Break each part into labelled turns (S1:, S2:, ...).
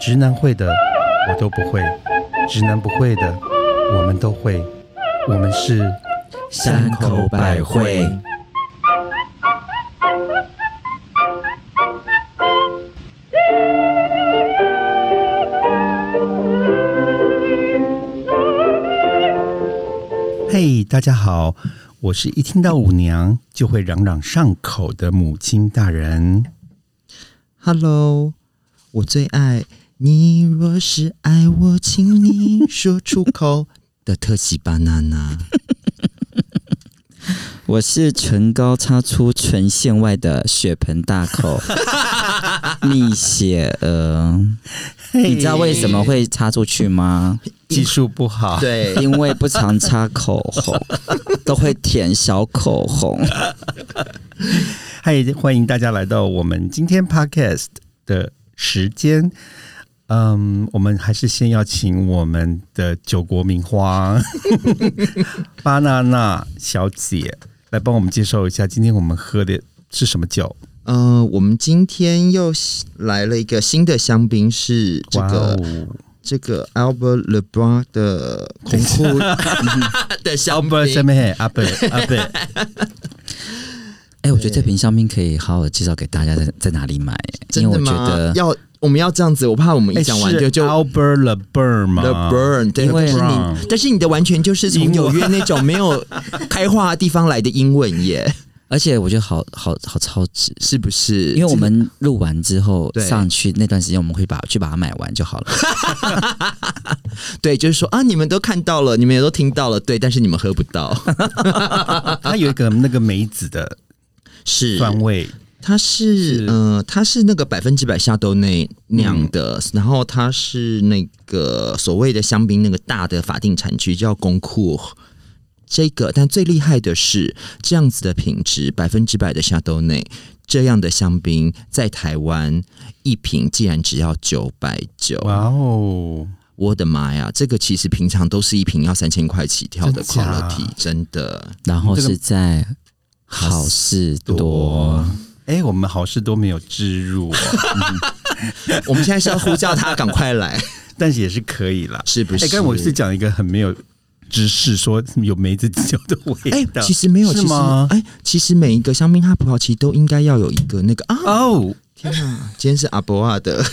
S1: 直男会的我都不会，直男不会的我们都会，我们是
S2: 山口百惠。
S1: 嘿大家好，我是一听到舞娘就会嚷嚷上口的母亲大人。
S2: Hello，我最爱你。若是爱我，请你说出口的特级巴娜娜。
S3: 我是唇膏擦出唇线外的血盆大 口，蜜雪儿。你知道为什么会擦出去吗？
S1: 技术不好，
S2: 对
S3: 因为不常擦口红，都会舔小口红。
S1: 嗨，欢迎大家来到我们今天 podcast 的时间。嗯，我们还是先要请我们的九国名花 巴娜娜小姐来帮我们介绍一下，今天我们喝的是什么酒？
S2: 呃，我们今天又来了一个新的香槟，是这个、
S1: 哇哦
S2: 这个 Albert Lebrun 的孔库 的
S1: 阿
S2: 香
S1: 伯下面嘿阿伯阿伯，
S3: 哎、我觉得这瓶香槟可以好好介绍给大家在在哪里买，因
S2: 真
S3: 为
S2: 的
S3: 我觉
S2: 吗
S3: 得？
S2: 要我们要这样子，我怕我们 一讲完就就
S1: 哎 Albert l e b u r n 吗
S2: The burn，对，
S3: 因为
S2: 但是
S1: 啊
S2: 你，但是你的完全就是从纽约那种没有开化的地方来的英文耶，
S3: 而且我觉得好好好超值。
S2: 是不是？
S3: 因为我们录完之后
S2: 对
S3: 上去那段时间，我们会把去把它买完 就好了。
S2: 对，就是说啊，你们都看到了，你们也都听到了，对，但是你们喝不到，
S1: 它有一个那个梅子的
S2: 是
S1: 酸味，
S2: 它是
S1: 是
S2: 呃，它是那个百分之百夏都内酿的，然后它是那个所谓的香槟那个大的法定产区叫公库。这个，但最厉害的是这样子的品质，百分之百的夏都内这样的香槟，在台湾一瓶竟然只要九百九，
S1: 哇哦！
S2: 我的妈呀！这个其实平常都是一瓶要三千块起跳的
S1: 真假
S2: quality，真的。
S3: 然后
S1: 这个
S3: 是在好事多
S1: 多，哎，我们好事多没有置入哦，
S2: 我们现在是要呼叫他赶快来，
S1: 但是也是可以啦。
S2: 是不
S1: 哎，
S2: 是？
S1: 刚才我是讲一个很没有知识，说有梅子酒的
S2: 哎、
S1: 味道，
S2: 其实没有，
S1: 是
S2: 其实
S1: 吗？
S2: 哎、其实每一个香槟它葡萄其实都应该要有一个那个啊，
S1: 哦，
S2: 天啊，今天是阿伯 啊的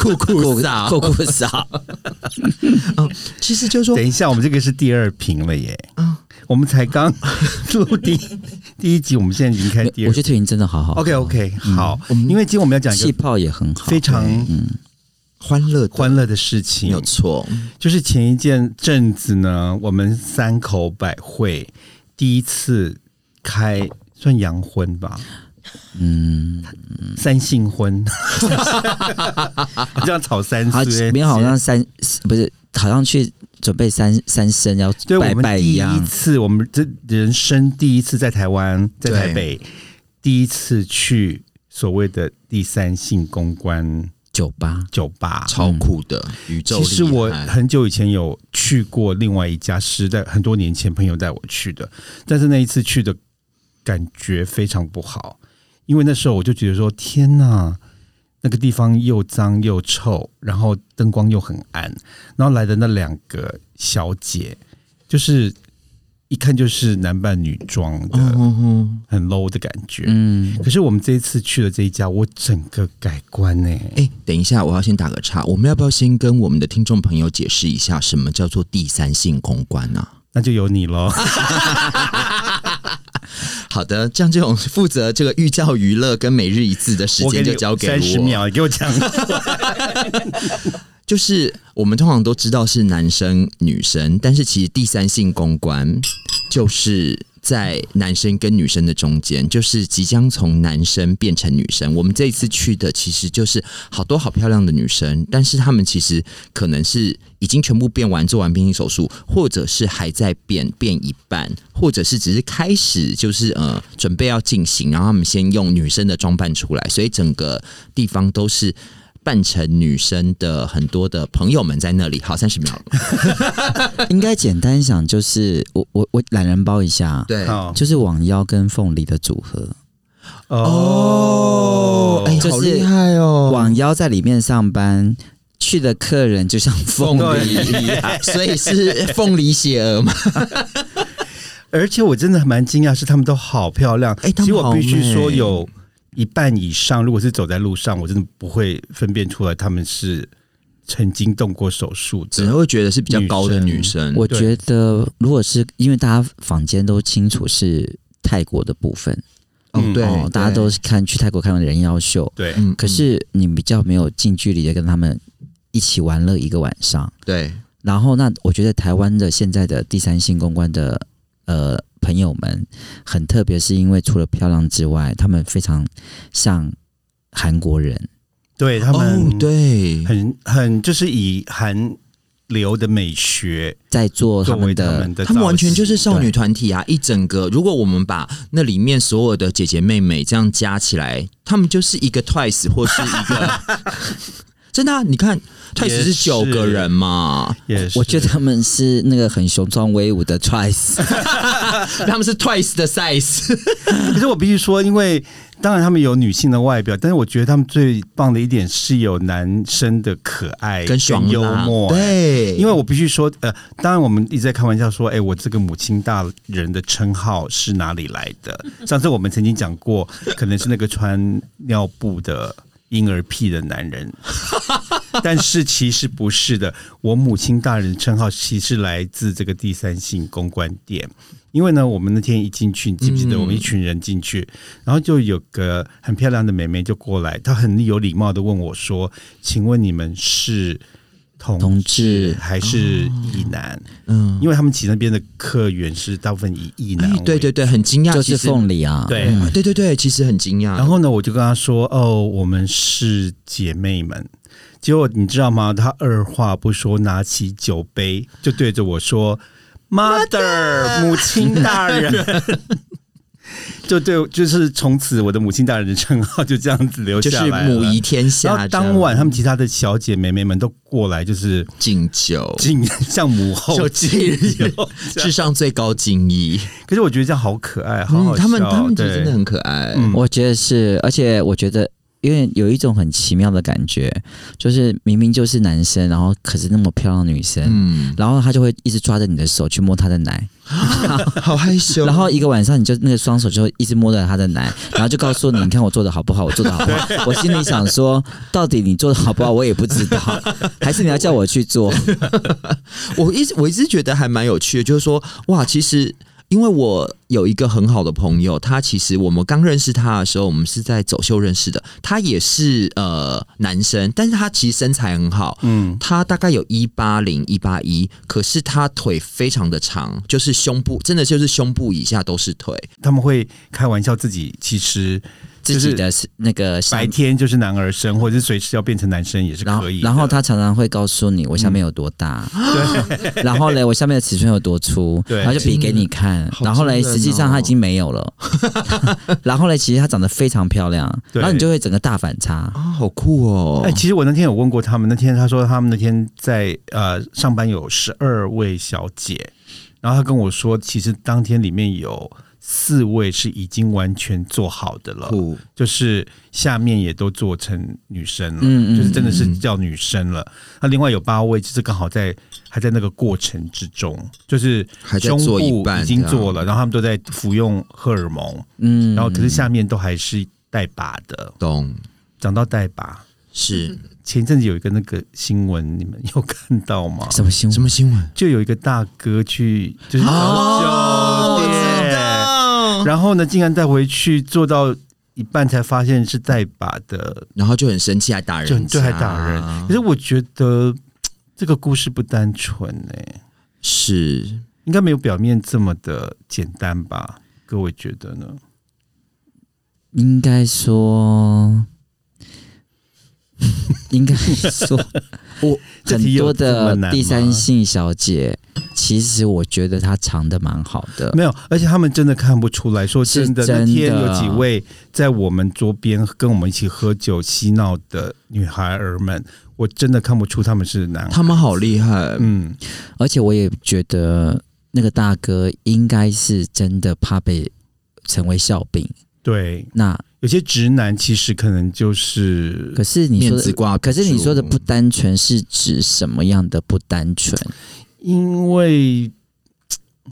S2: 酷酷
S3: 够
S2: 嫂，嗯
S3: 够不少。
S2: 其实就是说
S1: 等一下，我们这个是第二瓶了耶
S2: 啊！
S1: 我们才刚录 第第一集，我们现在已经开第
S3: 我
S1: 二
S3: 觉得。这瓶真的好好喝
S1: OK OK，好，
S2: 嗯
S1: 因为今天我们要讲一个
S3: 气泡也很好，
S1: 非常
S2: 欢乐的，
S1: 欢乐的事
S2: 嗯没
S1: 情
S2: 有，错，
S1: 就是前一件阵子呢，我们三口百惠第一次开算洋婚吧，
S3: 嗯，
S1: 三性婚，这样吵三
S3: 好，
S1: 次，
S3: 没有好像三不是，好像去准备三三生要
S1: 对
S3: 拜
S1: 我们
S3: 拜
S1: 第
S3: 一
S1: 一
S3: 样。
S1: 次，我们这人生第一次在台湾，在
S2: 对
S1: 台北第一次去所谓的第三性公关
S3: 酒吧
S1: 酒吧。
S2: 超酷的宇宙
S1: 嗯其
S2: 厉害。
S1: 实我很久以前有去过另外一家，是在很多年前朋友带我去的，但是那一次去的感觉非常不好，因为那时候我就觉得说，天哪，那个地方又脏又臭，然后灯光又很暗，然后来的那两个小姐，就是一看就是男扮女装的，
S2: 嗯哼，
S1: 很 low 的感觉。
S3: 嗯，
S1: 可是我们这一次去了这一家，我整个改观欸呢、
S2: 哎、等一下，我要先打个岔，我们要不要先跟我们的听众朋友解释一下什么叫做第三性公关啊呢、
S1: 那就有你喽。
S2: 好的，像这种负责这个寓教于乐跟每日一字的时
S1: 我
S2: 间就交给我。
S1: 三十秒，你给我讲。
S2: 就是我们通常都知道是男生女生，但是其实第三性公关就是在男生跟女生的中间，就是即将从男生变成女生。我们这一次去的其实就是好多好漂亮的女生，但是她们其实可能是已经全部变完，做完变性手术，或者是还在变变一半，或者是只是开始就是呃准备要进行，然后他们先用女生的装扮出来，所以整个地方都是。扮成女生的很多的朋友们在那里。好，三十秒。
S3: 应该简单想就是我我我懒人包一下，，
S2: 对
S1: 好
S3: 就是网腰跟凤梨的组合，
S1: 哦，
S2: 哎
S3: 就是
S2: 害哦
S3: 网腰在里面上班。去的客人就像凤梨一样，
S2: 所以是凤梨邪恶嘛？
S1: 而且我真的蛮惊讶，是她们都好漂亮。
S2: 哎她
S1: 其
S2: 们
S1: 实我必须
S2: 好
S1: 说，
S2: 美
S1: 有一半以上，如果是走在路上，我真的不会分辨出来她们是曾经动过手术
S2: 只
S1: 的。
S2: 会觉得是比较高的女
S1: 女
S2: 生。
S3: 我哦
S1: 对
S3: 觉得如果是因为大家坊间都清楚是泰国的部分，
S2: 哦
S1: 嗯
S2: 对
S3: 哦，大家都是看去泰国看人妖秀，
S1: 对，
S2: 嗯
S3: 可是你比较没有近距离的跟他们一起玩乐一个晚上。
S2: 对
S3: 然后，那我觉得台湾的现在的第三性公关的呃朋友们很特别，是因为除了漂亮之外，他们非常像韩国人，
S1: 对她
S2: 哦
S1: 们
S2: 对，
S1: 很很就是以韩流的美学
S3: 在做他
S1: 作为
S3: 们
S1: 她
S3: 的
S1: 们的造型，
S2: 哦他们完全就是少女团体啊！一整个，如果我们把那里面所有的姐姐妹妹这样加起来，她们就是一个 Twice 或是一个真的、啊。你看 Twice 是九个人嘛，
S1: 对，也是
S3: 我觉得他们是那个很雄壮威武的 Twice，
S2: 他们是 Twice 的 size。
S1: 可是我必须说，因为当然他们有女性的外表，但是我觉得他们最棒的一点是有男生的可爱
S2: 跟爽
S1: 幽
S2: 朗
S1: 默。
S2: 对，
S1: 因为我必须说，呃，当然我们一直在开玩笑说，哎、我这个母亲大人的称号是哪里来 的？上次我们曾经讲过，可能是那个穿尿布的婴儿屁的男 人，但是其实不是的。我母亲大人称号其实来自这个第三性公关店，因为呢，我们那天一进去，你记不记得
S2: 嗯
S1: 我们一群人进去，然后就有个很漂亮的妹妹就过来，她很有礼貌的问我说：“请问你们是？”同
S3: 同志
S1: 还是异男，
S2: 嗯，
S1: 因为他们其实那边的客源是大部分以异男
S2: 哎
S1: 为、
S2: 对对对，很惊讶，
S3: 就是
S2: 其实
S3: 凤梨啊，
S1: 对
S3: 嗯
S2: 啊对对对，其实很惊讶。
S1: 然后呢，我就跟他说：“哦，我们是姐妹们。”结果你知道吗？他二话不说，拿起酒杯就对着我说：“Mother，母亲大 人。”就对，就是从此我的母亲大人的称号就这样子留
S2: 就是
S1: 下来了。
S2: 母仪天
S1: 然
S2: 下
S1: 后
S2: 这样。
S1: 当晚，他们其他的小姐妹妹们都过来，就是
S2: 敬 酒，
S1: 敬像母后
S2: 就敬
S1: 酒，
S2: 智上最高敬意。
S1: 可是我觉得这样好可爱，好
S2: 嗯，
S1: 好笑。哦
S2: 他们他们其实
S1: 对
S2: 真的很可爱。
S1: 嗯
S3: 我觉得是，而且我觉得，因为有一种很奇妙的感觉，就是明明就是男生，然后可是那么漂亮的女生，
S2: 嗯，
S3: 然后他就会一直抓着你的手去摸她的奶，
S2: 好害羞。
S3: 然后一个晚上你就那个双手就一直摸着她的奶，然后就告诉你，你看我做的好不好，我做的好不好。我心里想说，到底你做的好不好，我也不知道，还是你要叫我去做？
S2: 我一直我一直觉得还蛮有趣的，就是说，哇，其实因为我有一个很好的朋友，他其实我们刚认识他的时候，我们是在走秀认识的，他也是呃男生，但是他其实身材很好。
S1: 嗯，
S2: 他大概有一八零一八一，可是他腿非常的长，就是胸部真的就是胸部以下都是腿。
S1: 他们会开玩笑自己其实
S3: 自己的是那个上
S1: 白天就是男儿身，或者是随时要变成男生也是
S3: 然后
S1: 可以，的
S3: 然后他常常会告诉你我下面有多大，对，然后嘞我下面的尺寸有多粗，
S1: 嗯对
S3: 然后就比给你看
S2: 好，
S3: 然后嘞
S2: 惊人哦
S3: 实际上他已经没有 了，然后嘞其实他长得非常漂亮，
S1: 对
S3: 然后你就会整个大反差，
S2: 啊，好酷哦！
S1: 哎、其实我那天有问过他们，那天他说他们那天在呃上班有十二位小姐，然后他跟我说，其实当天里面有四位是已经完全做好的了，
S2: 酷，
S1: 就是下面也都做成女生了，
S3: 嗯嗯
S1: 就是真的是叫女生了。那另外有八位就是刚好在还在那个过程之中，就是
S2: 还在
S1: 胸
S2: 做
S1: 部
S2: 一半
S1: 已经
S2: 这样
S1: 做了，然后他们都在服用荷尔蒙，
S3: 嗯，
S1: 然后可是下面都还是带把的。
S2: 懂
S1: 讲到带把，
S2: 是
S1: 前一阵子有一个那个新闻，你们有看到吗？
S3: 什么新闻？
S2: 么新闻？
S1: 就有一个大哥去就是
S2: 哦
S1: 找酒
S2: 我知
S1: 店，
S2: 道
S1: 然后呢，竟然带回去做到一半才发现是带把的
S2: 然后就很生气，还打人
S1: 就
S2: 家，
S1: 很对，还打人。可是我觉得嘖这个故事不单纯哎、
S2: 是
S1: 应该没有表面这么的简单吧？各位觉得呢？
S3: 应该说，应该说， 我
S1: 这
S3: 很
S1: 题有
S3: 多
S1: 这么
S3: 的
S1: 难
S3: 第三
S1: 吗
S3: 性小姐，其实我觉得她藏的蛮好的，
S1: 没有，而且他们真的看不出来。说真的，
S3: 是真的
S1: 那天有几位在我们桌边跟我们一起喝酒嬉闹的女孩儿们，我真的看不出他们是男孩。
S2: 他们好厉害，
S1: 嗯，
S3: 而且我也觉得那个大哥应该是真的怕被成为笑柄，
S1: 对，
S3: 那
S1: 有些直男其实可能就是
S3: 可是你说
S2: 面子
S3: 的，
S2: 挂不
S3: 可是你说的
S2: 住
S3: 不单纯是指什么样的不单纯？
S1: 因为。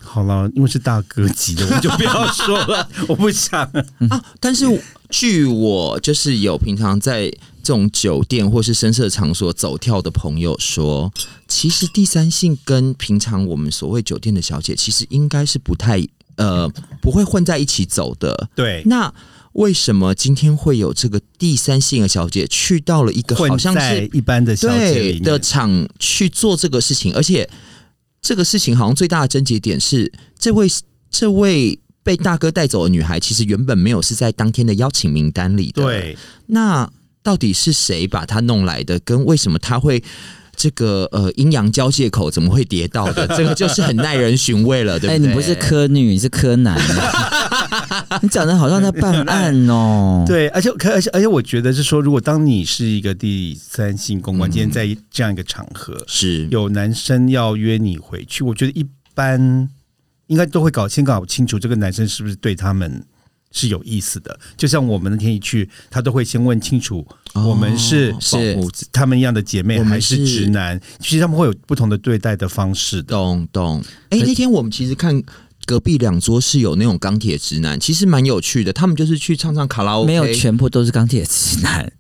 S1: 好了，因为是大哥级的，我就不要说了，我不想。
S2: 啊，但是据我就是有平常在这种酒店或是深色场所走跳的朋友说，其实第三性跟平常我们所谓酒店的小姐其实应该是不太呃不会混在一起走的。
S1: 对，
S2: 那为什么今天会有这个第三性的小姐去到了一个好
S1: 混
S2: 像
S1: 在
S2: 是
S1: 一般的小姐
S2: 对
S1: 里
S2: 的
S1: 面，
S2: 场去做这个事情，而且这个事情好像最大的症结点是，这位这位被大哥带走的女孩，其实原本没有是在当天的邀请名单里的。，
S1: 对，
S2: 那到底是谁把她弄来的？跟为什么她会？这个呃，阴阳交界口怎么会跌倒的？这个就是很耐人寻味了，对
S3: 哎、
S2: 不对？
S3: 你不是柯女，你是柯南啊， 你讲的好像在办案哦。
S1: 对，而且可而且而且，我觉得是说，如果当你是一个第三性公关，今天在这样一个场合，
S2: 是
S1: 有男生要约你回去，我觉得一般应该都会搞先搞清楚这个男生是不是对他们是有意思的。就像我们那天一去，他都会先问清楚我们是
S2: 哦
S3: 是
S2: 保护自
S1: 他们一样的姐妹
S2: 我们
S1: 还是
S2: 是
S1: 直男，其实他们会有不同的对待的方式的。
S2: 懂懂。哎、那天我们其实看隔壁两桌是有那种钢铁直男，其实蛮有趣的。他们就是去唱唱卡拉 OK，
S3: 没有全部都是钢铁直男，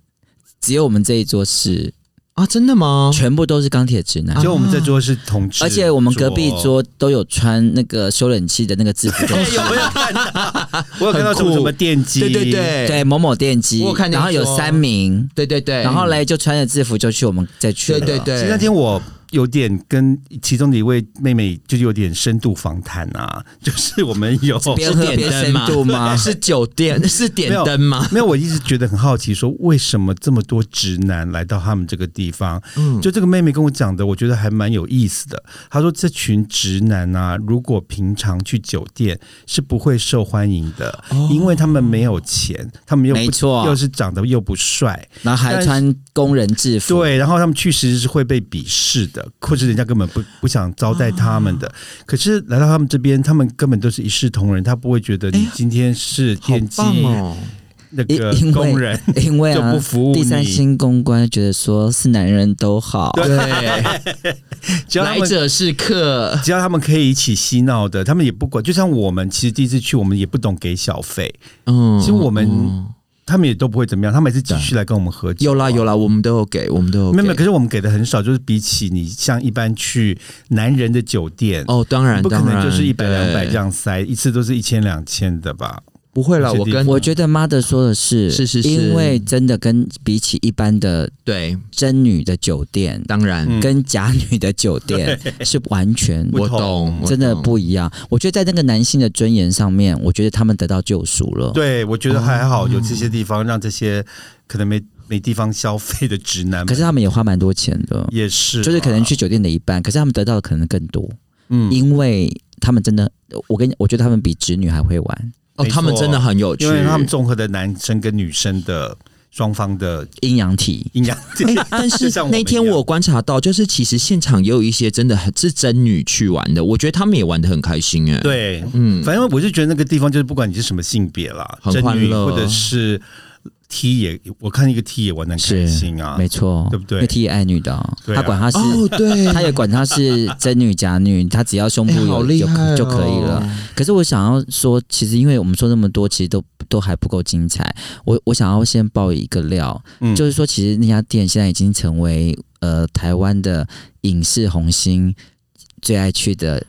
S3: 只有我们这一桌是
S2: 啊？真的吗？
S3: 全部都是钢铁直男。
S2: 啊
S1: 就我们这桌是同志，
S3: 而且我们隔壁桌都有穿那个修冷气的那个制服公司，
S1: 哎有没有看到？ 我有看到什么
S2: 很酷
S1: 什么电击？
S2: 对对 对
S3: 对某某电机
S2: 我有看，那一
S3: 然后有
S2: 桌
S3: 三名，
S2: 对对对。
S3: 然后，嘞就穿着制服就去我们再去
S2: 对
S3: 了，
S2: 哎对对，
S1: 其实那天我有点跟其中的一位妹妹，就是有点深度访谈啊，就是我们有。
S3: 边喝边深度吗？
S2: 是酒店是点
S1: 没有
S2: 灯吗？
S1: 没有，我一直觉得很好奇，说为什么这么多直男来到他们这个地方？
S2: 嗯
S1: 就这个妹妹跟我讲的，我觉得还蛮有意思的。她说，这群直男啊，如果平常去酒店是不会受欢迎的，
S2: 哦
S1: 因为他们没有钱，他们又
S3: 没
S1: 不
S3: 错
S1: 又是长得又不帅，
S3: 然后还穿工人制服，
S1: 对，然后他们去其实是会被鄙视的，或者人家根本不不想招待他们
S2: 啊
S1: 的。可是来到他们这边，他们根本都是一视同仁，他不会觉得你今天是
S2: 哎好
S1: 电机
S2: 棒哦！
S1: 那
S3: 因
S1: 个
S3: 因为
S1: 工人，
S3: 因为
S1: 就
S3: 啊
S1: 不，服务
S3: 第三
S1: 你。
S3: 星公关觉得说是男人都好，
S2: 对，
S1: 只要他
S2: 来
S1: 们
S2: 者是客，
S1: 只要他们可以一起嬉闹的，他们也不管。就像我们其实第一次去，我们也不懂给小费，
S2: 嗯
S1: 其实我们
S2: 嗯
S1: 他们也都不会怎么样，他们也是继续来跟我们喝酒。啊
S2: 有啦有啦，我们都有给，我们都有
S1: 没有没有，
S2: 给
S1: 可是我们给的很少，就是比起你像一般去男人的酒店，
S2: 哦，当然
S1: 不可
S2: 当然
S1: 能就是一百
S2: 对
S1: 两百这样塞，一次都是一千两千的吧？
S2: 不会啦，
S1: 有些
S2: 我
S1: 地
S2: 跟
S3: 我觉得妈的说的是，
S2: 是是是
S3: 因为真的跟比起一般的
S2: 对，
S3: 真女的酒店，
S2: 当然
S1: 嗯
S3: 跟假女的酒店是完全
S1: 不
S2: 我
S1: 同
S2: 懂，我
S3: 真的
S2: 懂
S3: 不一样。我觉得在那个男性的尊严上面，我觉得他们得到救赎了。
S1: 对，我觉得还好，有这些地方让这些可能没没地方消费的直男们，
S3: 可是他们也花蛮多钱的，
S1: 也是啊啦，
S3: 就是可能去酒店的一半，可是他们得到的可能更多，
S1: 嗯，
S3: 因为他们真的，我跟你，我觉得他们比直女还会玩
S2: 哦，
S1: 没
S2: 他们
S1: 错
S2: 真的很有趣，
S1: 因为他们综合的男生跟女生的双方的
S3: 阴阳体。
S1: 阴阳，
S2: 哎、 但
S1: 就是像我们
S2: 那天
S1: 一样
S2: 我观察到，就是其实现场也有一些真的很是真女去玩的，我觉得他们也玩的很开心哎、，
S1: 对，
S2: 嗯，
S1: 反正我是觉得那个地方就是不管你是什么性别啦，
S2: 很
S1: 真
S2: 欢
S1: 女
S2: 乐
S1: 或者是 T 也，我看一个 T 也玩的开
S3: 是
S1: 心啊，
S3: 没错，
S1: 对不对
S3: 因为 T 也爱女的哦、
S1: 对啊
S3: 他管他是
S2: 哦， 对，
S3: 他也管他是 真女假女，他只要胸部
S2: 哎好
S3: 有、
S2: 厉
S3: 就
S2: 害、哦、
S3: 可就可以了。。可是我想要说，其实因为我们说那么多，其实都都还不够精彩。我我想要先爆一个料，
S1: 嗯
S3: 就是说，其实那家店现在已经成为呃台湾的影视红星最爱去的
S1: 哦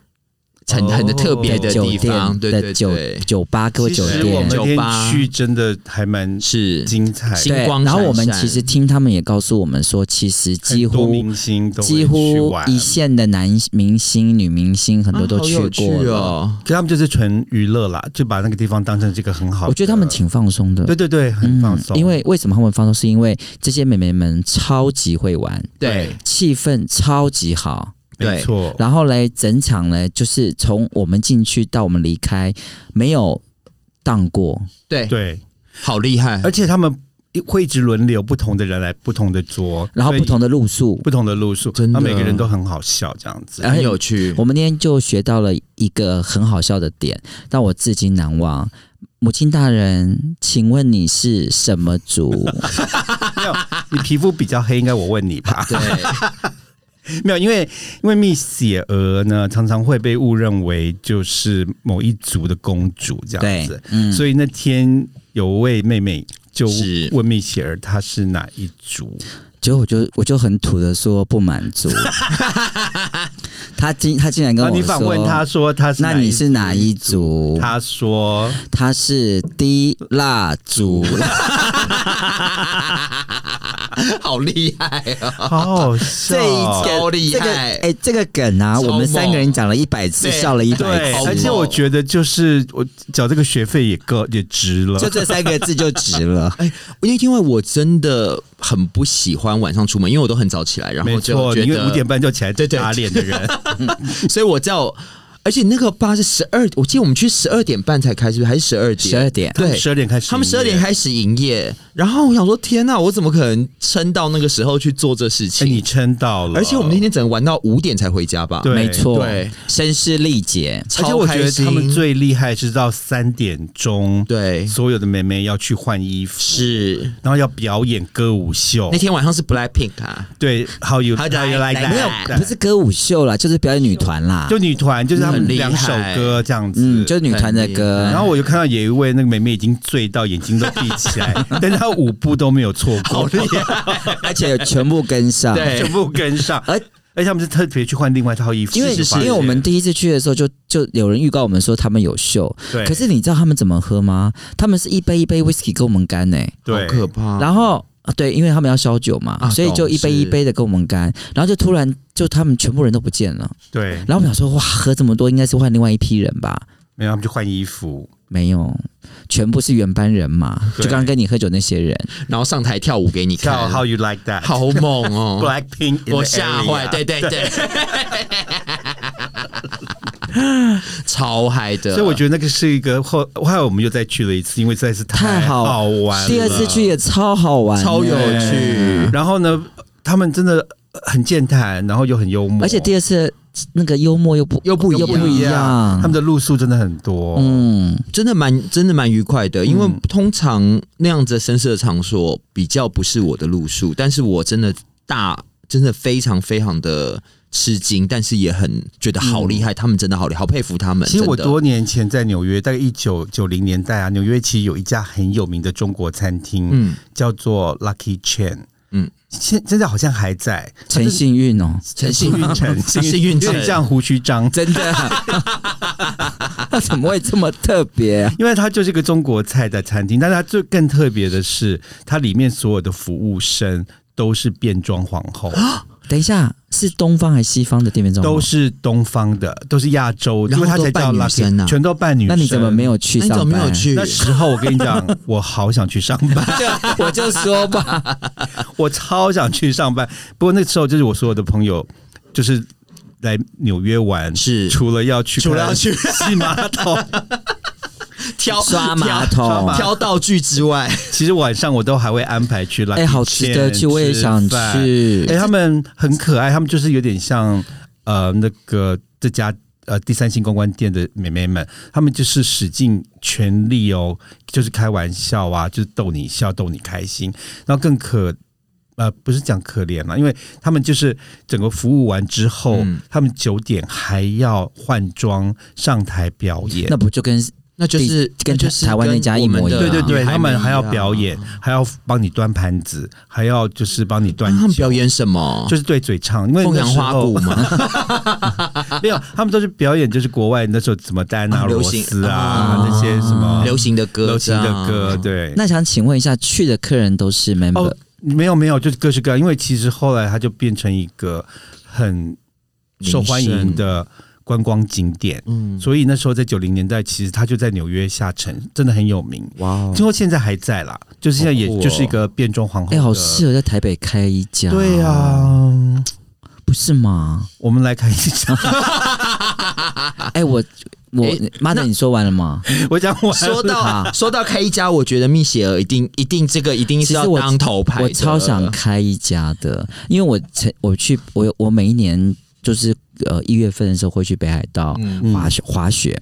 S2: 很很的特别的
S3: 酒
S2: 地方，
S3: 店
S2: 对对
S3: 的酒
S2: 对，
S3: 酒吧各
S1: 其
S3: 酒
S1: 实我
S3: 店
S1: 们。那
S2: 酒
S1: 天
S2: 吧
S1: 去真的还蛮
S2: 是
S1: 精彩的，
S2: 星
S3: 对，
S2: 光
S3: 然后我们
S2: 闪闪
S3: 其实听他们也告诉我们说，其实几
S1: 很多
S3: 乎
S1: 明星都会
S3: 几
S1: 去
S3: 乎
S1: 玩
S3: 一线的男明星、女明星很多都
S2: 啊好
S3: 去
S2: 有
S3: 过
S2: 趣
S3: 了。
S2: 哦。
S1: 可他们就是纯娱乐啦，就把那个地方当成这个很好的。
S3: 我觉得他们挺放松的，
S1: 对对对，很放松，
S3: 嗯。因为为什么他们放松？是因为这些妹妹们超级会玩，
S2: 对，
S3: 气氛超级好。
S1: 没错，
S3: 然后嘞，整场嘞，就是从我们进去到我们离开，没有荡过。
S2: 对，
S1: 对，
S2: 好厉害
S1: 而！且他们会一直轮流不同的人来不同的桌，
S3: 然后
S1: 所以
S3: 不同的路数，
S1: 不同的路数，
S2: 真的
S1: 然后每个人都很好笑，这样子
S3: 哎。
S2: 很有趣
S3: 我，们那天就学到了一个很好笑的点，但我至今难忘。母亲大人，请问你是什么 族？
S1: 没有，
S3: 啊
S1: 你皮肤比较黑，应该我问你 吧？
S2: 对，
S1: 没有，因为因为蜜雪儿呢，常常会被误认为就是某一族的公主这样
S3: 对
S1: 子，，
S3: 嗯，
S1: 所以那天有位妹妹就是问蜜雪儿她是哪一族，
S3: 结果我就我就很土的说不满 足，他竟他竟然跟
S1: 然
S3: 我
S1: 后啊
S3: 说，
S1: 你反问她说她是
S3: 那
S1: 哪一
S3: 你是哪一族？
S1: 她说
S3: 他是滴蜡 族，
S2: 好厉害啊！
S1: 好好笑
S3: 这一
S1: 哦，
S3: 个
S2: 超厉
S3: 这个
S2: 害
S3: 哎，这个梗啊，
S2: 超猛
S3: 我们三个人讲了一百次，
S2: 对
S3: 笑了一百
S1: 对
S3: 次，
S2: 好，
S1: 而且
S2: 猛
S1: 我觉得就是我缴这个学费也够也值了
S3: 就。这三个字就值 了。
S1: 哎
S2: 因为因为我真的很不喜欢晚上出门，因为我都很早起来，然
S1: 没
S2: 后就
S1: 错，
S2: 觉
S1: 你因
S2: 得
S1: 为五点半就起来
S2: 对对
S1: 打脸的人，
S2: 所以我叫，而且那个吧是十二，我记得我们去十二点半才开，是不是？还是十二点？
S3: 12点
S2: 对，
S1: 十二点开始营业，
S2: 他们十二点开始营业。然后我想说，天呐，我怎么可能撑到那个时候去做这事
S1: 哎，
S2: 情？
S1: 你撑到了，
S2: 而且我们那天只能玩到五点才回家吧？
S1: 对
S3: 没错
S2: 对，
S3: 声嘶力竭，
S1: 而且我觉
S2: 超开
S1: 得
S2: 心
S1: 他们最厉害是到三点钟，
S2: 对
S1: 所有的妹妹要去换衣服，
S2: 是
S1: 然后要表演歌舞秀
S2: 那。天晚上是 Black Pink 啊，
S1: 对，How you
S2: How do
S1: How you
S2: I
S1: like
S2: like
S1: that？
S2: that？
S3: 不是歌舞秀啦，就是表演女团啦，
S1: 就女团，就是他
S2: 很
S1: 们
S2: 厉害嗯
S1: 两首歌这样子。
S3: 嗯，就是女团的歌。
S1: 然后我就看到有一位那个妹妹已经醉到眼睛都闭起 来，但是她舞步都没有错过，
S3: 而且全部跟上。
S2: 对
S1: 全部跟上。而
S3: 而
S1: 而且他们是特别去换另外一套衣服，
S3: 因为
S1: 是吧
S3: 因为我们第一次去的时候就，就有人预告我们说他们有秀，
S1: 对，
S3: 可是你知道他们怎么喝吗？他们是一杯一杯 whisky 跟我们干呢、
S1: 对
S2: 好可怕。
S3: 然后啊对，因为他们要消酒嘛，
S2: 啊
S3: 所以就一杯一杯的跟我们干，然后就突然就他们全部人都不见了，
S1: 对，
S3: 然后我们想说哇，喝这么多应该是换另外一批人吧？
S1: 没有他们就换衣服，
S3: 没有，全部是原班人马，
S1: 对
S3: 就刚刚跟你喝酒那些人，
S2: 然后上台跳舞给你
S1: 跳
S2: 看，
S1: How you like that？
S2: 好猛 哦！
S1: Blackpink，in the
S2: 我吓坏，
S1: area
S2: 对对对， 超嗨的。
S1: 所以我觉得那个是一个后后来我们又再去了一次，因为实在是
S3: 太好
S1: 好玩了。
S3: 第二次去也超好玩，啊
S2: 超有趣，
S1: 然后呢，他们真的很健谈，然后又很幽默，
S3: 而且第二次那个幽默又不
S2: 又不一
S3: 又
S2: 样
S3: 不一样，
S1: 他们的路数真的很多。
S3: 嗯，
S2: 真的蛮真的蛮愉快的，因为通常那样子的深色场所比较不是我的路数，但是我真的大真的非常非常的吃惊，但是也很觉得好厉害，他们真的好厉害，好佩服他们。
S1: 其实我
S2: 真的
S1: 多年前在纽约，大概一九九零年代啊，纽约其实有一家很有名的中国餐厅，
S2: 嗯
S1: 叫做 Lucky Chan。嗯
S2: 嗯，
S1: 现现在好像还在
S3: 陈幸运哦，
S1: 陈 幸运城，
S2: 幸运
S1: 有
S2: 城
S1: 点像胡须章，
S3: 真的， 他怎么会这么特别、啊？
S1: 因为它就是一个中国菜的餐厅，但是它最更特别的是，它里面所有的服务生都是变装皇后，
S2: 哦
S3: 等一下，是东方还是西方的店面装潢？
S1: 都是东方的，都是亚洲的，因
S2: 然后
S1: 为它才叫
S2: 都扮女
S1: Lucky，
S2: 生啊
S1: 全都扮女
S3: 那
S1: 生。
S3: 你怎么没有去
S2: 那
S3: 上
S2: 你怎
S3: 班？
S2: 么没有？去
S1: 那？时候我跟你讲，我好想去上班，
S3: 我就说吧，
S1: 我超想去上班。不过那时候就是我所有的朋友，就是来纽约玩，
S2: 是
S1: 除了要去
S2: 除了要去
S1: 看洗马桶，
S2: 挑
S3: 刷马桶
S2: 挑挑道具之外，
S1: 其实晚上我都还会安排去 Lucky
S3: 哎、好值得
S1: Chan
S3: 去，我也想
S1: 吃饭
S3: 去
S1: 哎、。他们很可爱，他们就是有点像呃那个这家呃第三星公关店的妹妹们，他们就是使尽全力哦，就是开玩笑啊，就是逗你笑，逗你开心，然后更可。呃，不是讲可怜啦，因为他们就是整个服务完之后，
S2: 嗯
S1: 他们九点还要换装上台表演
S3: 那，不就跟
S2: 那就是
S3: 跟
S2: 那就是
S3: 台湾那家一模一样
S2: 跟我
S1: 对
S2: 们
S1: 对
S2: 的
S1: 对，
S2: 女孩
S1: 他
S2: 们
S1: 们还要
S2: 一样啊
S1: 表演，，还要帮你端盘子，还要就是帮你端
S2: 啊他们
S1: 酒
S2: 表演什么？
S1: 就是对嘴唱，因为
S2: 凤
S1: 那
S2: 阳
S1: 时
S2: 花
S1: 候
S2: 鼓吗？
S1: 没有，他们都是表演，就是国外那时候什么戴安娜
S2: 啊
S1: 罗
S2: 流行
S1: 斯啊
S2: 啊
S1: 那些什么
S2: 流行的歌，
S1: 流行
S2: 这
S1: 的
S2: 样哎
S1: 歌，。对。
S3: 那想请问一下，去的客人都是 member？、
S1: 哦，没有没有，就是各式各样，因为其实后来它就变成一个很受欢迎的观光景点，
S2: 嗯，
S1: 所以那时候在九零年代，其实它就在纽约下城，真的很有名。
S2: 哇哦
S1: 听说现在还在啦，就是现在也
S2: 好酷哦
S1: 就是一个变装皇后
S3: 哎、
S1: 的。
S3: 好适合在台北开一家。
S1: 对啊，
S3: 不是 吗？
S1: 我们来看一 下，
S3: 哎、我我
S2: 哎
S3: 妈的、你说完了吗？
S1: 我讲完了
S2: 说 到
S3: 啊
S2: 说到开一家，我觉得蜜雪儿一定一定这个一定是
S3: 其实
S2: 要
S3: 我
S2: 当头牌的
S3: 我超想开一家的，因为我前我去我我每一年就是呃一月份的时候会去北海道
S2: 嗯
S1: 嗯
S3: 滑雪滑雪。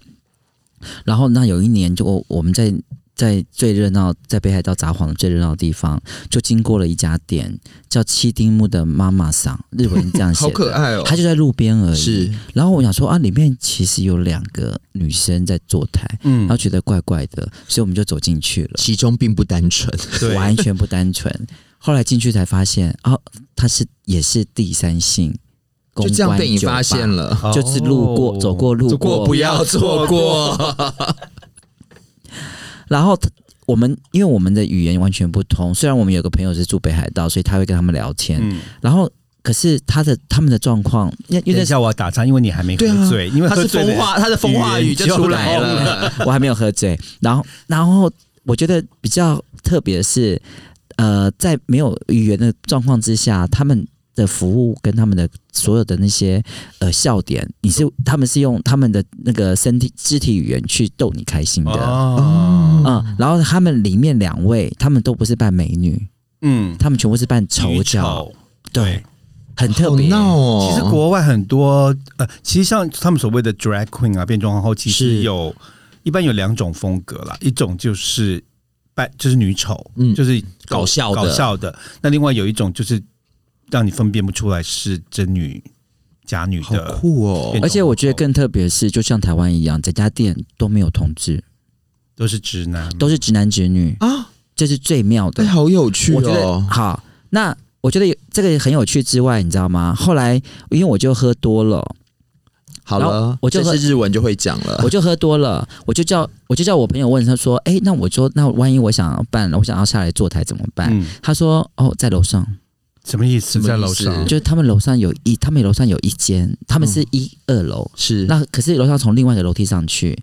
S3: 然后那有一年就我我们在在最热闹在北海道札幌的最热闹的地方，就经过了一家店叫七丁目的妈妈桑，日文这样写
S2: 好
S3: 的，
S2: 可爱哦、
S3: 它就在路边而已。
S2: 是，
S3: 然后我想说啊，里面其实有两个女生在坐台，
S1: 嗯
S3: 然后觉得怪怪的，所以我们就走进去了，
S2: 其中并不单纯，
S1: 对
S3: 完全不单纯。 后来进去才发现，啊，它是也是第三性公
S2: 就
S3: 关
S2: 这样被你
S3: 酒吧
S2: 发现，了。哦
S3: 就是路过、走过路
S2: 走过不要错过，
S3: 然后他我们因为我们的语言完全不通，虽然我们有个朋友是住北海道，所以他会跟他们聊天。
S1: 嗯，
S3: 然后可是他的他们的状况，因为
S1: 等
S3: 因啊为
S1: 一
S3: 那时
S1: 下我要打岔，因为你还没喝醉，因为
S2: 他
S1: 喝
S2: 是
S1: 醉的
S2: 风 化，他的风化语就出来
S1: 语言
S2: 了。
S3: 候我还没有喝醉，然后然后我觉得比较特别的是，呃，在没有语言的状况之下，他们。的服务跟他们的所有的那些呃笑点，你是他们是用他们的那个身体肢体语言去逗你开心的，
S1: 哦，
S3: 嗯，然后他们里面两位，他们都不是扮美女，
S1: 嗯，
S3: 他们全部是扮丑角，
S1: 丑。
S3: 对，很特别。
S2: 闹哦。
S1: 其实国外很多呃，其实像他们所谓的 drag queen 啊，变装皇后，其实
S3: 是
S1: 有一般有两种风格啦，一种就是扮就是女丑，
S2: 嗯
S1: 就是
S2: 搞笑的
S1: 搞笑的；那另外有一种就是让你分辨不出来是真女假女
S2: 好
S1: 的，
S2: 酷哦
S1: 变！
S3: 而且我觉得更特别的是，就像台湾一样，整家店都没有同志，
S1: 都是直男，
S3: 都是直男直女，
S2: 啊，
S3: 这是最妙的
S2: 哎，。好有趣
S3: 我觉得
S2: 哦！
S3: 好，那我觉得有这个很有趣之外，你知道吗？后来因为我就喝多了，
S2: 好
S3: 然
S2: 了
S3: 后，我就
S2: 这是日文就会讲了
S1: 呃
S3: 我。就喝多了，我就叫我就叫我朋友问他说：“哎、那我说那万一我想要办，我想要下来坐台怎么办？”
S1: 嗯，
S3: 他说：“哦，在楼上。”
S1: 什么意思？
S2: 什么意思
S1: 在楼上
S3: 就是他们楼上有一，他们楼上有一间，他们
S1: 嗯
S3: 是一、二楼，
S2: 是
S3: 那可是楼上从另外一个楼梯上去，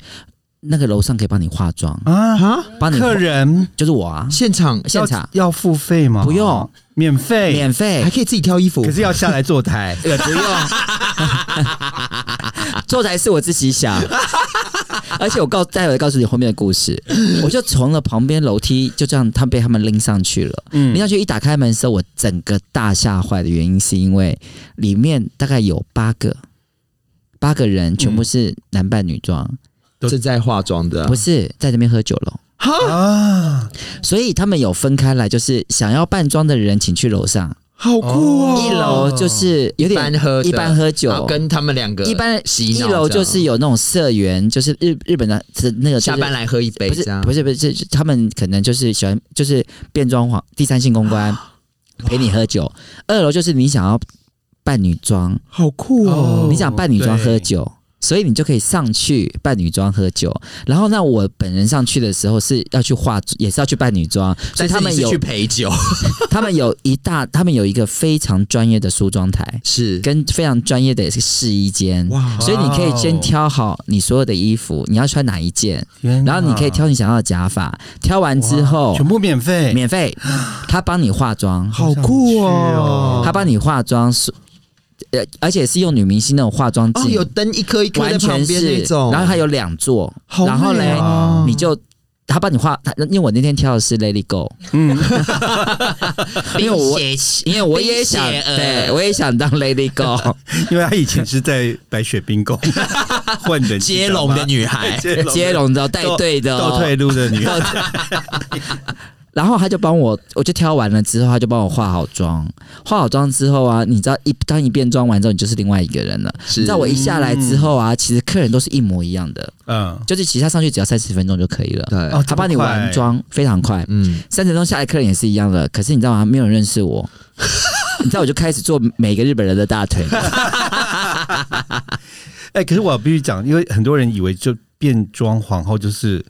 S3: 那个楼上可以帮你化妆，
S1: 啊，
S2: 啊，
S3: 帮你化
S1: 客人
S3: 就是我啊，
S2: 现场
S3: 现场
S1: 要要哎付费吗？
S3: 不用，
S1: 免费，
S3: 免费
S2: 还，可以自己挑衣服
S1: 可，是要下来坐台。
S3: 也不用，坐台是我自己想。而且我告待会告诉你后面的故事，我就从了旁边楼梯就这样，他被他们拎上去了。
S1: 嗯
S3: 拎上去一打开门的时候，我整个大吓坏的原因是因为里面大概有八个，八个人全部是男扮女装，
S1: 都
S2: 正在化妆的
S3: 不。是在那边喝酒了。
S2: 哈，
S1: 啊，
S3: 所以他们有分开来，就是想要扮装的人请去楼上，
S2: 好酷
S1: 哦
S3: 一
S2: 哦！
S3: 楼就是有
S2: 一
S3: 点
S2: 般喝的
S3: 一般喝酒，
S2: 然后跟他们两个
S3: 一般
S2: 洗
S3: 一
S2: 脑
S3: 楼就
S2: 这
S3: 是
S2: 样
S3: 有那种社员，就是日日本的是那呃个、就是、
S2: 下班来喝一杯
S3: 不是
S2: 这样，
S3: 不是不是，是他们可能就是喜欢就是变装皇第三性公关陪你喝酒，二楼就是你想要扮女装，
S2: 好酷
S1: 哦
S3: 你想扮女装
S1: 对
S3: 喝酒。所以你就可以上去扮女装喝酒，然后那我本人上去的时候是要去化，也是要去扮女装，所以
S2: 但是
S3: 他们
S2: 你是
S3: 有
S2: 去陪酒，
S3: 他们有一大，他们有一个非常专业的梳妆台，
S2: 是
S3: 跟非常专业的试衣间。
S2: 哇
S3: 所以你可以先挑好你所有的衣服，你要穿哪一件，
S2: 嗯
S1: 天哪
S3: 然后你可以挑你想要的假发。挑完之后
S1: 哇全部免费，
S3: 免费，他帮你化妆，
S2: 好酷哦！
S3: 他帮你化妆是，呃，而且是用女明星那种化妆
S2: 哦，
S3: 镜，
S2: 有灯一颗一颗
S3: 完
S2: 在旁
S3: 全
S2: 边
S3: 是
S2: 那。种，
S3: 然后还有两座，
S2: 好
S1: 啊
S2: 美
S3: 然后嘞
S2: 哦
S3: 你就他帮你化，他因为我那天挑的是 Lady Go，
S1: 嗯，
S3: 因为我因为我也想，
S2: 冰雪儿
S3: 对我也想当 Lady Go，
S1: 因为他以前是在白雪冰 宫混的
S2: 接龙的，女
S1: 你
S2: 孩，
S1: 知道吗
S3: 接龙的带队的、
S1: 倒
S3: 哦，
S1: 退路的女 孩，
S3: 然后他就帮我，我就挑完了之后，他就帮我化好妆。化好妆之后啊，你知道一当一变装完之后，你就是另外一个人了。
S2: 是
S3: 你知道我一下来之后啊，其实客人都是一模一样的，
S1: 嗯，
S3: 就是其实他上去只要三十分钟就可以了。
S2: 对
S1: 哦，
S3: 他帮你完妆非常快，
S2: 嗯，
S3: 三十分钟下来客人也是一样的。可是你知道吗？没有人认识我，你知道我就开始做每个日本人的大腿。
S1: 哎、可是我必须讲，因为很多人以为就变装皇后就是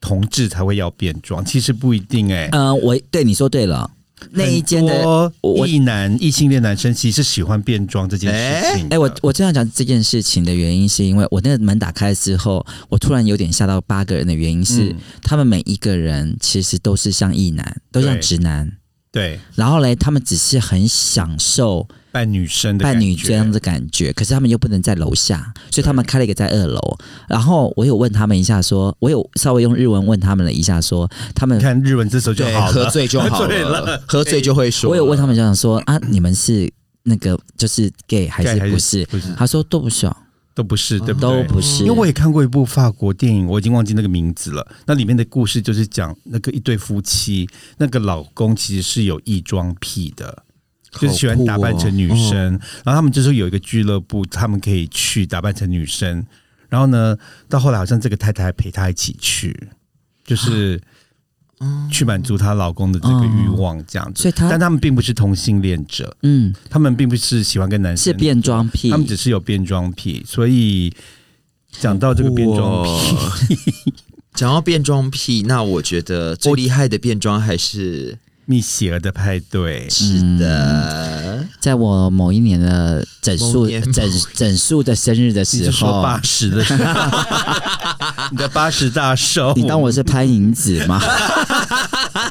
S1: 同志才会要变装，其实不一定哎、
S3: 嗯、我对你说对了，那一间的
S1: 很多
S3: 我
S1: 异男异性恋男生其实喜欢变装这件事情
S3: 哎、
S1: 的。
S3: 我我这样讲这件事情的原因，是因为我那个门打开之后，我突然有点吓到八个人的原因是，
S1: 嗯
S3: 他们每一个人其实都是像异男，都像
S1: 对
S3: 直男，
S1: 对
S3: 然后嘞，他们只是很享受
S1: 扮女生的
S3: 扮女
S1: 感觉
S3: 这样的感觉，可是他们又不能在楼下，所以他们开了一个在二楼。然后我有问他们一下说我有稍微用日文问他们了一下说，他们
S1: 你看日文这时候就
S2: 对，
S1: 好
S2: 喝
S1: 了，
S2: 醉就好了，喝醉就会说。
S3: 我有
S1: 哎
S3: 问他们就想说啊，你们是那个就是 gay 还
S1: gay
S3: 是
S1: 还
S3: 不是？
S1: 不是
S3: 他说都不是啊、
S1: 都不是，对不
S3: 都
S1: 对？
S3: 不是
S1: 因为我也看过一部法国电影，我已经忘记那个名字了。那里面的故事就是讲那个一对夫妻，那个老公其实是有异装癖的，就是喜欢打扮成女生。
S3: 哦嗯
S1: 然后他们这时候有一个俱乐部，他们可以去打扮成女生。然后呢，到后来好像这个太太陪他一起去，就是去满足她老公的这个欲望，这样子。
S3: 啊嗯所以他
S1: 但他们并不是同性恋者，
S3: 嗯
S1: 他们并不是喜欢跟男生
S3: 是变装癖
S1: 他，们只是有变装癖，所以讲到这个变装癖，
S2: 癖。讲到变装癖，那我觉得最厉害的变装还是
S1: 蜜雪儿的派对，
S2: 是的，
S3: 在我某一年的整
S2: 某
S3: 数
S2: 年
S3: 整整数的生日的
S1: 你
S3: 时
S1: 是说
S3: 候，
S1: 八十的时候， 你的八十大寿，
S3: 你当我是潘迎 紫吗？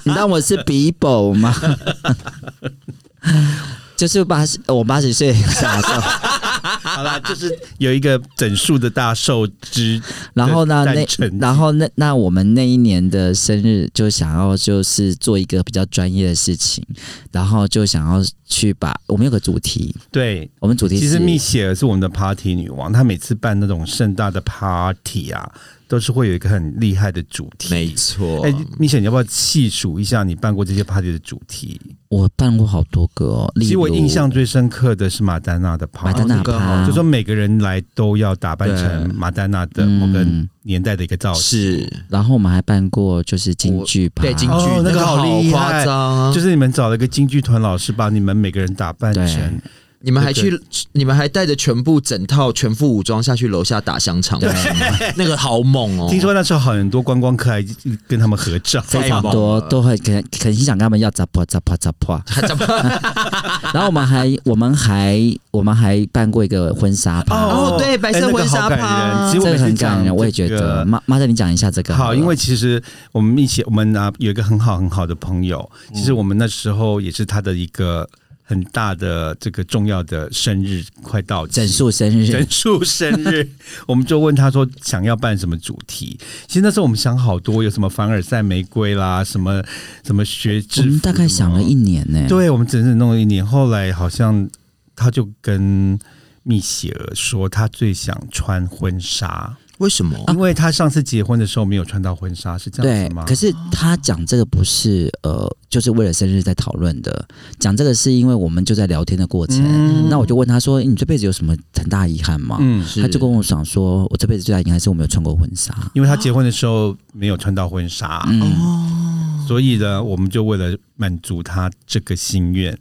S3: 你当我是比宝吗？ 就是八十，我八十岁傻笑。
S1: 好啦，就是有一个整数的大寿之，
S3: 然 后呢，
S1: 的
S3: 那
S1: 诞辰
S3: 然后那那我们那一年的生日就想要就是做一个比较专业的事情，然后就想要去把我们有个主题，
S1: 对。
S3: 我们主题
S1: 其实
S3: 是
S1: 蜜雪儿是我们的 party 女王，她每次办那种盛大的 party 啊，都是会有一个很厉害的主题。
S2: 没错。
S1: 哎，蜜雪儿，你要不要细数一下你办过这些 party 的主题？
S3: 我办过好多个哦，
S1: 其
S3: 例
S1: 实
S3: 如
S1: 我印象最深刻的是马丹娜的 party，
S3: 马丹娜
S2: 那个好
S3: 趴，
S1: 就说每个人来都要打扮
S2: 对
S1: 成马丹娜的某个
S3: 嗯
S1: 年代的一个造型，
S2: 是
S3: 然后我们还办过就是京剧趴，
S2: 对京剧、
S1: 哦那个
S2: 个
S1: 好厉害
S2: 夸张
S3: 嗯
S2: 啊！
S1: 就是你们找了一个京剧团老师，把你们每个人打扮成
S3: 对，
S2: 你们还去，你们还带着全部整套全副武装下去楼下打香肠， 那个好猛哦！
S1: 听说那时候很多观光客还跟他们合照，
S3: 非常
S2: 太猛
S3: 多
S2: 了
S3: 都会可能可能想跟他们要砸破砸破砸 破，
S2: 还怎么？
S3: 然后我们还我们还我们还办过一个婚纱趴，
S2: 哦对白色
S1: 哎那个
S2: 婚纱
S1: 好感人
S2: 趴
S1: 其实
S3: 这
S1: 我
S3: 个
S1: 们是
S3: 很感
S1: 讲
S3: 人，我也
S1: 这
S3: 觉
S1: 个
S3: 得。妈妈的，你讲一下这个
S1: 好，
S3: 了
S1: 因为其实我们一起，我们啊有一个很好很好的朋友，
S3: 嗯
S1: 其实我们那时候也是他的一个很大的这个重要的生日快到期
S3: 整数生 日
S1: 人数生日， 我们就问他说想要办什么主题。其实那时候我们想好多，有什么凡尔赛玫瑰啦，什么什么学制
S3: 我
S1: 服
S3: 们大概想了一
S1: 什么，
S3: 年呢、，
S1: 对我们整整弄了一年。后来好像他就跟蜜雪儿说，他最想穿婚
S3: 啊
S1: 纱，
S2: 为什么？
S1: 因为他上次结婚的时候没有穿到婚纱，是这样
S3: 对
S1: 子吗？
S3: 可是他讲这个不是呃，就是为了生日在讨论的，讲这个是因为我们就在聊天的过程。
S1: 嗯
S3: 那我就问他说：“你这辈子有什么很大遗憾吗？”
S1: 嗯，
S2: 是
S3: 他就跟我讲说：“我这辈子最大遗憾是我没有穿过婚纱。
S1: 因为他结婚的时候没有穿到婚纱，
S3: 嗯，
S1: 所以呢，我们就为了满足他这个心愿，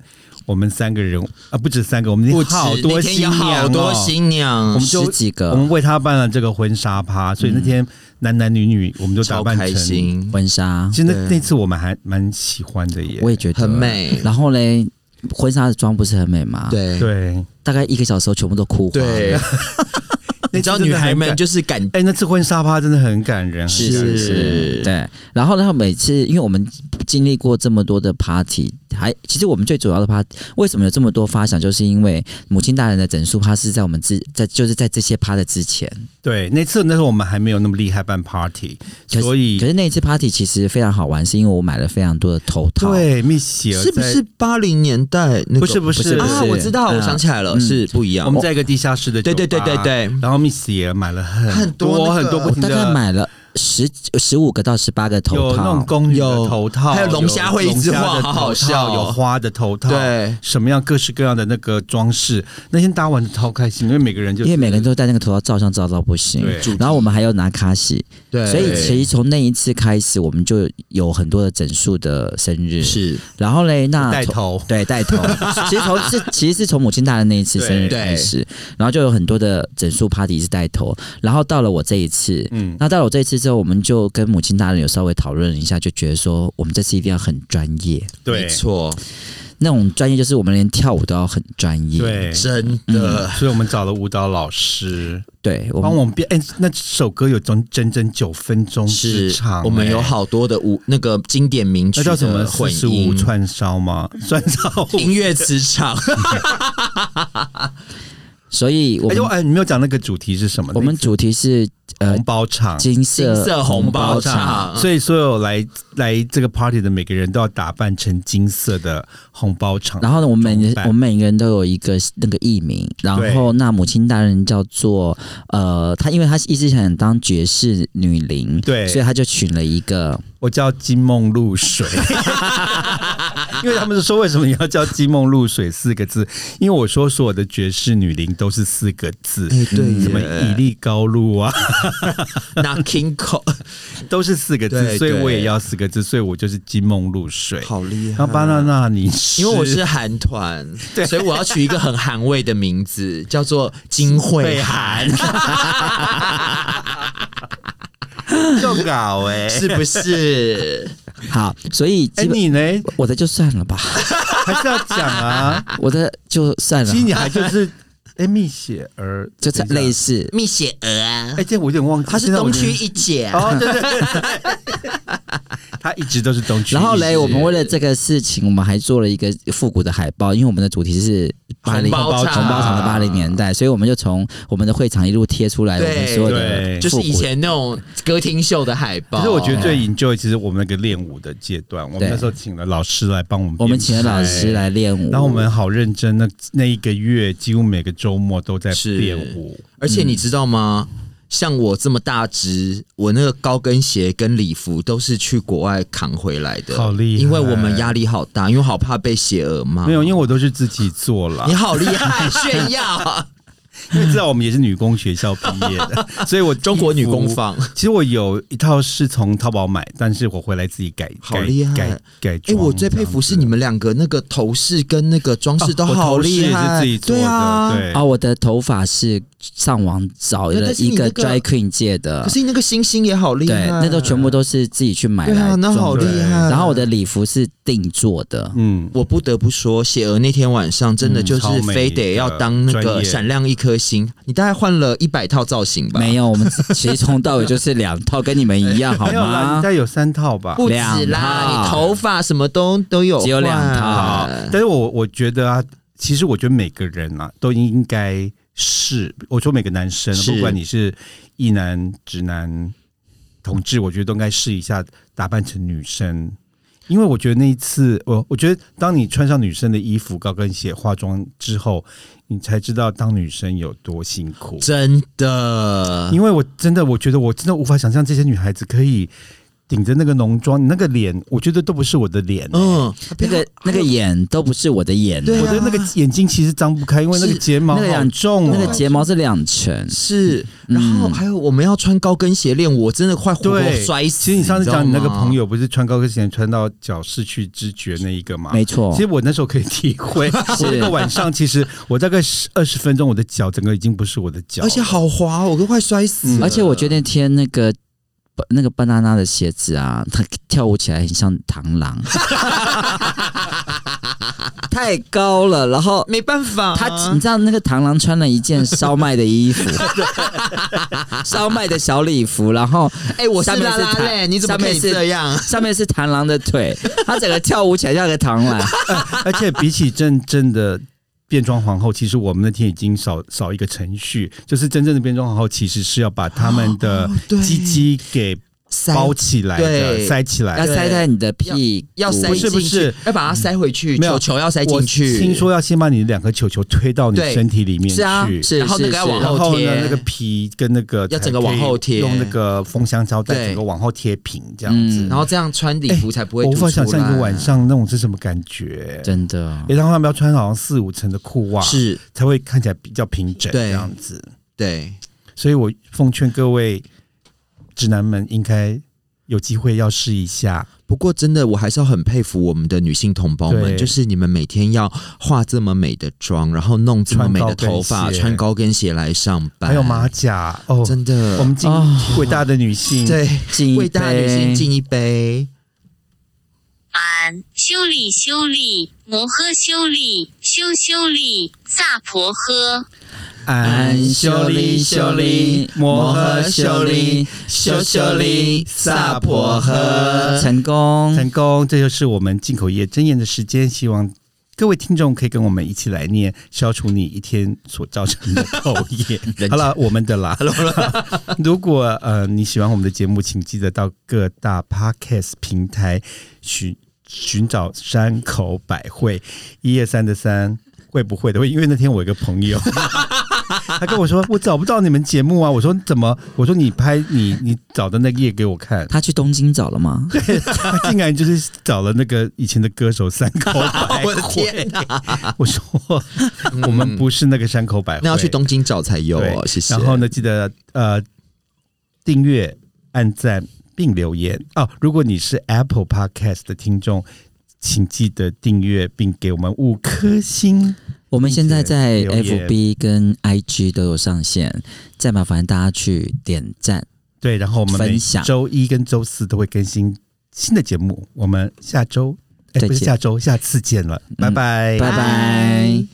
S1: 我们三个人啊，不止三个，我们
S2: 不止
S1: 好
S2: 那
S1: 多
S2: 天
S1: 新
S2: 有
S1: 娘、哦，
S2: 好多新
S1: 我
S2: 娘
S1: 们，就
S3: 嗯十几
S1: 我
S3: 个
S1: 们为他办了这个婚纱趴，所以那天男男女女我们就打
S2: 超
S1: 扮成。
S2: 开
S1: 其
S2: 心，
S3: 婚纱，
S1: 实那
S2: 对
S1: 那次我们还蛮喜欢的耶
S3: 我，也觉得
S2: 很。美。
S3: 然后嘞，婚纱的妆不是很美吗？，
S2: 对，
S1: 对，
S3: 大概一个小时后全部都哭花 了。
S2: 对，你知道女孩们就是感
S1: 哎、那次婚纱趴真的很感人，很感人
S2: 是
S3: 对，然后呢，每次因为我们经历过这么多的 party，还其实我们最主要的 party，为什么有这么多发想，就是因为母亲大人的整数趴是在我们之在就是在这些趴的之前，
S1: 对，那次那时候我们还没有那么厉害办 party，
S3: 可是
S1: 所以
S3: 可是那一次 party 其实非常好玩，是因为我买了非常多的头套，
S1: 对蜜雪儿
S2: 是不
S1: 在
S2: 是八零年代那个？
S1: 不是不
S3: 不是
S1: 是
S2: 啊，我知道，
S3: 嗯
S2: 我想起来了，
S3: 嗯
S2: 是不一样。
S1: 我们在一个地下室的
S2: 对哦对对
S1: 酒吧
S2: 对对，
S1: 然后 Miss 也买了很多
S2: 很
S1: 很
S2: 多那个
S1: 多不
S3: 我
S1: 停
S3: 哦大概
S1: 的，
S3: 买了十十五个到十八个头
S1: 有那种
S3: 套。
S1: 公女的
S2: 有
S1: 头套，
S2: 还有龙虾会一直
S1: 有龙虾的
S2: 晃好好
S1: 头套
S2: 笑哦
S1: 有花的头套，
S2: 对
S1: 什么样各式各样的那个装饰。那天大家玩的超开心，因为每个人就
S3: 因为每个人都戴那个头套照相照到不行
S1: 对主，
S3: 然后我们还要拿卡西，
S2: 对，
S3: 所以其实从那一次开始，我们就有很多的整数的生日。，
S2: 是
S3: 然后嘞，那
S1: 带
S3: 从
S1: 头，
S3: 对，带头。其实从是其实是从母亲大人那一次生日
S2: 对
S3: 开始，然后就有很多的整数 party 是带头，然后到了我这一次。
S1: 嗯，
S3: 那到了我这一次之后，我们就跟母亲大人有稍微讨论了一下，就觉得说我们这次一定要很专业，
S1: 对
S2: 没错，
S3: 那种专业就是我们连跳舞都要很专业。
S1: 对。
S2: 真的。
S1: 所以我们找了舞蹈老师
S3: 对，我
S1: 帮
S3: 们
S1: 我们编，哎、那首歌有整整整九分钟
S2: 是
S1: 之长、
S2: 我们有
S1: 哎
S2: 好多的舞，那个经典名曲
S1: 那
S2: 的
S1: 叫什么四
S2: 混
S1: 十五
S2: 音
S1: 串烧吗？ 串烧舞
S2: 音乐磁场，
S3: 所以我
S1: 哎
S3: 们、
S1: 呦哎，你没有讲那个主题是什么？啊
S3: 我们
S1: 那次
S3: 主题是呃
S1: 红包场，
S3: 金
S2: 金
S3: 色
S2: 色红包场，
S1: 所以所有来来这个 party 的每个人都要打扮成金色的红包场。
S3: 然后呢，我们每
S1: 怎么办
S3: 我们每个人都有一个那个艺名，然后那母亲大人叫做呃，她因为她一直想当爵士女伶，
S1: 对
S3: 所以她就取了一个
S1: 我叫金梦露水， 因为他们是说为什么你要叫金梦露水四个字？因为我说所有的爵士女伶都是四个字，
S2: 哎对耶
S1: 什么以利高露啊，
S2: 那 King Cole
S1: 都是四个字，
S2: 对
S1: 所以我
S2: 对
S1: 也要四个字，所以我就是金梦露水。
S2: 好厉害
S1: 那巴娜娜，你
S2: 因为我是韩团，所以我要取一个很韩味的名字，叫做金惠韩，
S1: 重搞哎、
S2: 是不是？
S3: 好，所以
S1: 哎、
S3: 基本、
S1: 你呢？
S3: 我的就算了吧，
S1: 还是要讲 啊？
S3: 我的就算了
S1: 其实，你还就是哎蜜雪儿，
S3: 就是
S1: 等一下
S3: 类似
S2: 蜜雪儿啊
S1: 哎，，这我有点忘记，
S2: 她是
S1: 现在我
S2: 东
S1: 有点
S2: 区一姐啊，
S1: 哦，对对对对，他一直都是东区。
S3: 然后
S1: 一直
S3: 嘞，我们为了这个事情，我们还做了一个复古的海报，因为我们的主题是八零
S2: 红包场
S3: 红包场的八零年代，所以我们就从我们的会场一路贴出来我
S2: 对
S3: 们所有的
S1: 对
S2: 就是
S3: 复古
S2: 以前那种歌厅秀的海报。
S1: 可是我觉得
S2: 哦
S1: 最 enjoy 其实我们那个练舞的阶段，我们那时候请了老师来帮我们，
S3: 我们请了老师。来练舞，
S1: 然后我们好认真，那那一个月几乎每个周末都在
S2: 是
S1: 练舞，
S2: 而且
S1: 嗯
S2: 你知道吗？像我这么大只，我那个高跟鞋跟礼服都是去国外扛回来的，
S1: 好厉害
S2: 因为我们压力好大，因为好怕被邪恶骂。
S1: 没有，因为我都是自己做啦
S2: 啊 你，好厉害，炫耀！
S1: 因为知道我们也是女工学校毕业 的，所以我
S2: 中国女工
S1: 衣服。
S2: 坊，
S1: 其实我有一套是从淘宝买，但是我回来自己改，
S2: 好
S1: 改
S2: 厉害
S1: 改改
S2: 哎、
S1: 装。
S2: 我最佩服是你们两个那个头饰跟那个装饰都好厉害，
S1: 啊我头饰也是自己做的
S2: 对啊。
S1: 对
S3: 啊，我的头发是上网找
S2: 那
S3: 了
S2: 但是你
S3: 一个
S2: 那个
S3: dry queen 借的
S2: 可，是你那个星星也好厉害，
S3: 对，那都全部都是自己去买
S2: 对
S3: 来
S2: 啊，那好
S3: 装
S2: 厉
S3: 的。
S2: 害。
S3: 然后我的礼服是定做 的，
S1: 嗯，
S2: 我不得不说，谢娥那天晚上真的就
S1: 嗯
S2: 是
S1: 超美
S2: 非得要当那
S1: 专
S2: 个
S1: 业
S2: 闪亮一颗星，你大概换了一百套造型吧？
S3: 没有，我们其实从到尾就是两套，跟你们一 样，好
S1: 没有啦，你
S3: 吗
S1: 应？该有三套吧？
S2: 不止
S3: 两
S2: 啦，
S3: 套
S2: 你头发什么都都有换，
S3: 只有两套
S1: 啊但是我我觉得啊，其实我觉得每个人啊都应该是，我说每个男生，
S2: 是
S1: 不管你是一男、直男、同志，我觉得都应该试一下打扮成女生。因为我觉得那一次，我我觉得当你穿上女生的衣服、高跟鞋、化妆之后，你才知道当女生有多辛苦。
S2: 真的。
S1: 因为我真的，我觉得我真的无法想象这些女孩子可以顶着那个浓妆，你那个脸，我觉得都不是我的脸、欸
S2: 嗯，
S3: 那个那个眼都不是我的眼，
S2: 对啊
S1: 我的那个眼睛其实张不开，因为那个
S2: 是
S1: 睫毛
S3: 那个
S1: 好
S3: 两
S1: 重、哦，
S3: 那个睫毛是两层，
S2: 是，然后还有我们要穿高跟鞋练舞，我真的快活活
S1: 对
S2: 摔死。
S1: 其实你上次讲你那个
S2: 知道吗
S1: 朋，友不是穿高跟鞋穿到脚失去知觉那一个吗？
S3: 没错
S1: 啊其。实我那时候可以体 会，我那个晚上其实我大概十二十分钟，我的脚整个已经不是我的 脚了，
S3: 哎
S2: 而且好滑哦，我都快摔死了。
S3: 而且我觉得那天那个。那个 banana 的鞋子啊，它跳舞起来很像螳螂， 太高了。然后
S2: 没办法，
S3: 他，
S1: 啊
S3: 你知道那个螳螂穿了一件烧麦的 衣服，烧麦的小礼服，然后
S2: 哎、我是
S3: 下面
S2: 拉
S3: 是
S2: 拉
S3: 他
S2: 嘞，你怎么
S3: 下
S2: 可
S3: 面
S2: 以
S3: 是
S2: 这样？
S3: 上面是螳螂的腿，他整个跳舞起来像个螳螂。
S1: 而且比起真正的变装皇后，其实我们那天已经少少一个程序，就是真正的变装皇后其实是要把他们
S3: 哦
S1: 的
S2: 对
S1: 鸡鸡给
S2: 塞
S1: 包起来
S2: 对
S1: 的，塞起来
S3: 要
S1: 的。
S3: 塞在你的屁股
S2: 要塞
S1: 不
S2: 进
S1: 是
S2: 去，
S1: 不是
S2: 要把它塞回去，
S1: 没有
S2: 球球要塞
S1: 我
S2: 进去。
S1: 听说要先把你的两颗球球推到你
S2: 对
S1: 身体里面
S3: 是啊，
S1: 去，
S3: 是
S2: 然后那
S3: 是
S2: 个要
S3: 是
S2: 往
S1: 然
S2: 后
S1: 后
S2: 贴
S1: 呢，那个皮跟那个
S2: 要整个
S1: 才可以
S2: 往后贴
S1: 用那个封箱胶带
S2: 对
S1: 整个往后贴平这样子。
S3: 嗯
S2: 然后这样穿礼服才不会
S1: 我
S2: 凸
S1: 无
S2: 出来。
S1: 法想象一个晚上那种是什么感觉。
S3: 真的
S1: 也让他们要穿好像四五层的裤袜，
S2: 是
S1: 才会看起来比较平整
S2: 对
S1: 这样子。
S2: 对，
S1: 所以我奉劝各位直男们，应该有机会要试一下。
S2: 不过真的，我还是要很佩服我们的女性同胞们，
S1: 对
S2: 就是你们每天要化这么美的妆，然后弄这么美的头
S1: 穿高
S2: 发，
S1: 跟鞋
S2: 穿高跟鞋来上班，
S1: 还有马甲哦，
S2: 真的，
S1: 我们敬
S3: 啊
S1: 伟大的女性，
S2: 对
S3: 敬一
S2: 为大家女性
S3: 杯
S2: 敬一杯。
S4: 俺修理修理摩诃修理修修理萨婆诃。
S1: 安
S3: 修利修利摩诃修利
S2: 修修利萨婆诃
S3: 成功，
S1: 成功，这就是我们进口业真言的时间。希望各位听众可以跟我们一起来念，消除你一天所造成的痘液。
S2: 人
S1: 好了，我们的啦。如果呃你喜欢我们的节目，请记得到各大 podcast 平台寻寻找山口百惠一二三的三会不会的会，因为那天我有一个朋友。 他跟我说：“我找不到你们节目啊！”我说：“怎么？”我说：“你拍你你找的那个页给我看。”
S3: 他去东京找了吗？
S1: 他竟然就是找了那个以前的歌手山口百惠，
S2: 我的天哪！
S1: 我说我们不是那个山口百惠，
S2: 嗯那要去东京找才有
S1: 对
S2: 哦，谢谢。
S1: 然后呢，记得呃订阅、按赞并留言哦。如果你是 Apple Podcast 的听众，请记得订阅并给我们五颗星。
S3: 我们现在在
S1: 并且留言
S3: FB 跟 IG 都有上线，再麻烦大家去点赞。
S1: 对，然后我们每
S3: 分享
S1: 周一跟周四都会更新新的节目。我们下周哎，
S3: 再
S1: 不是
S3: 见
S1: 下周，下次见了，拜拜，
S3: 拜拜。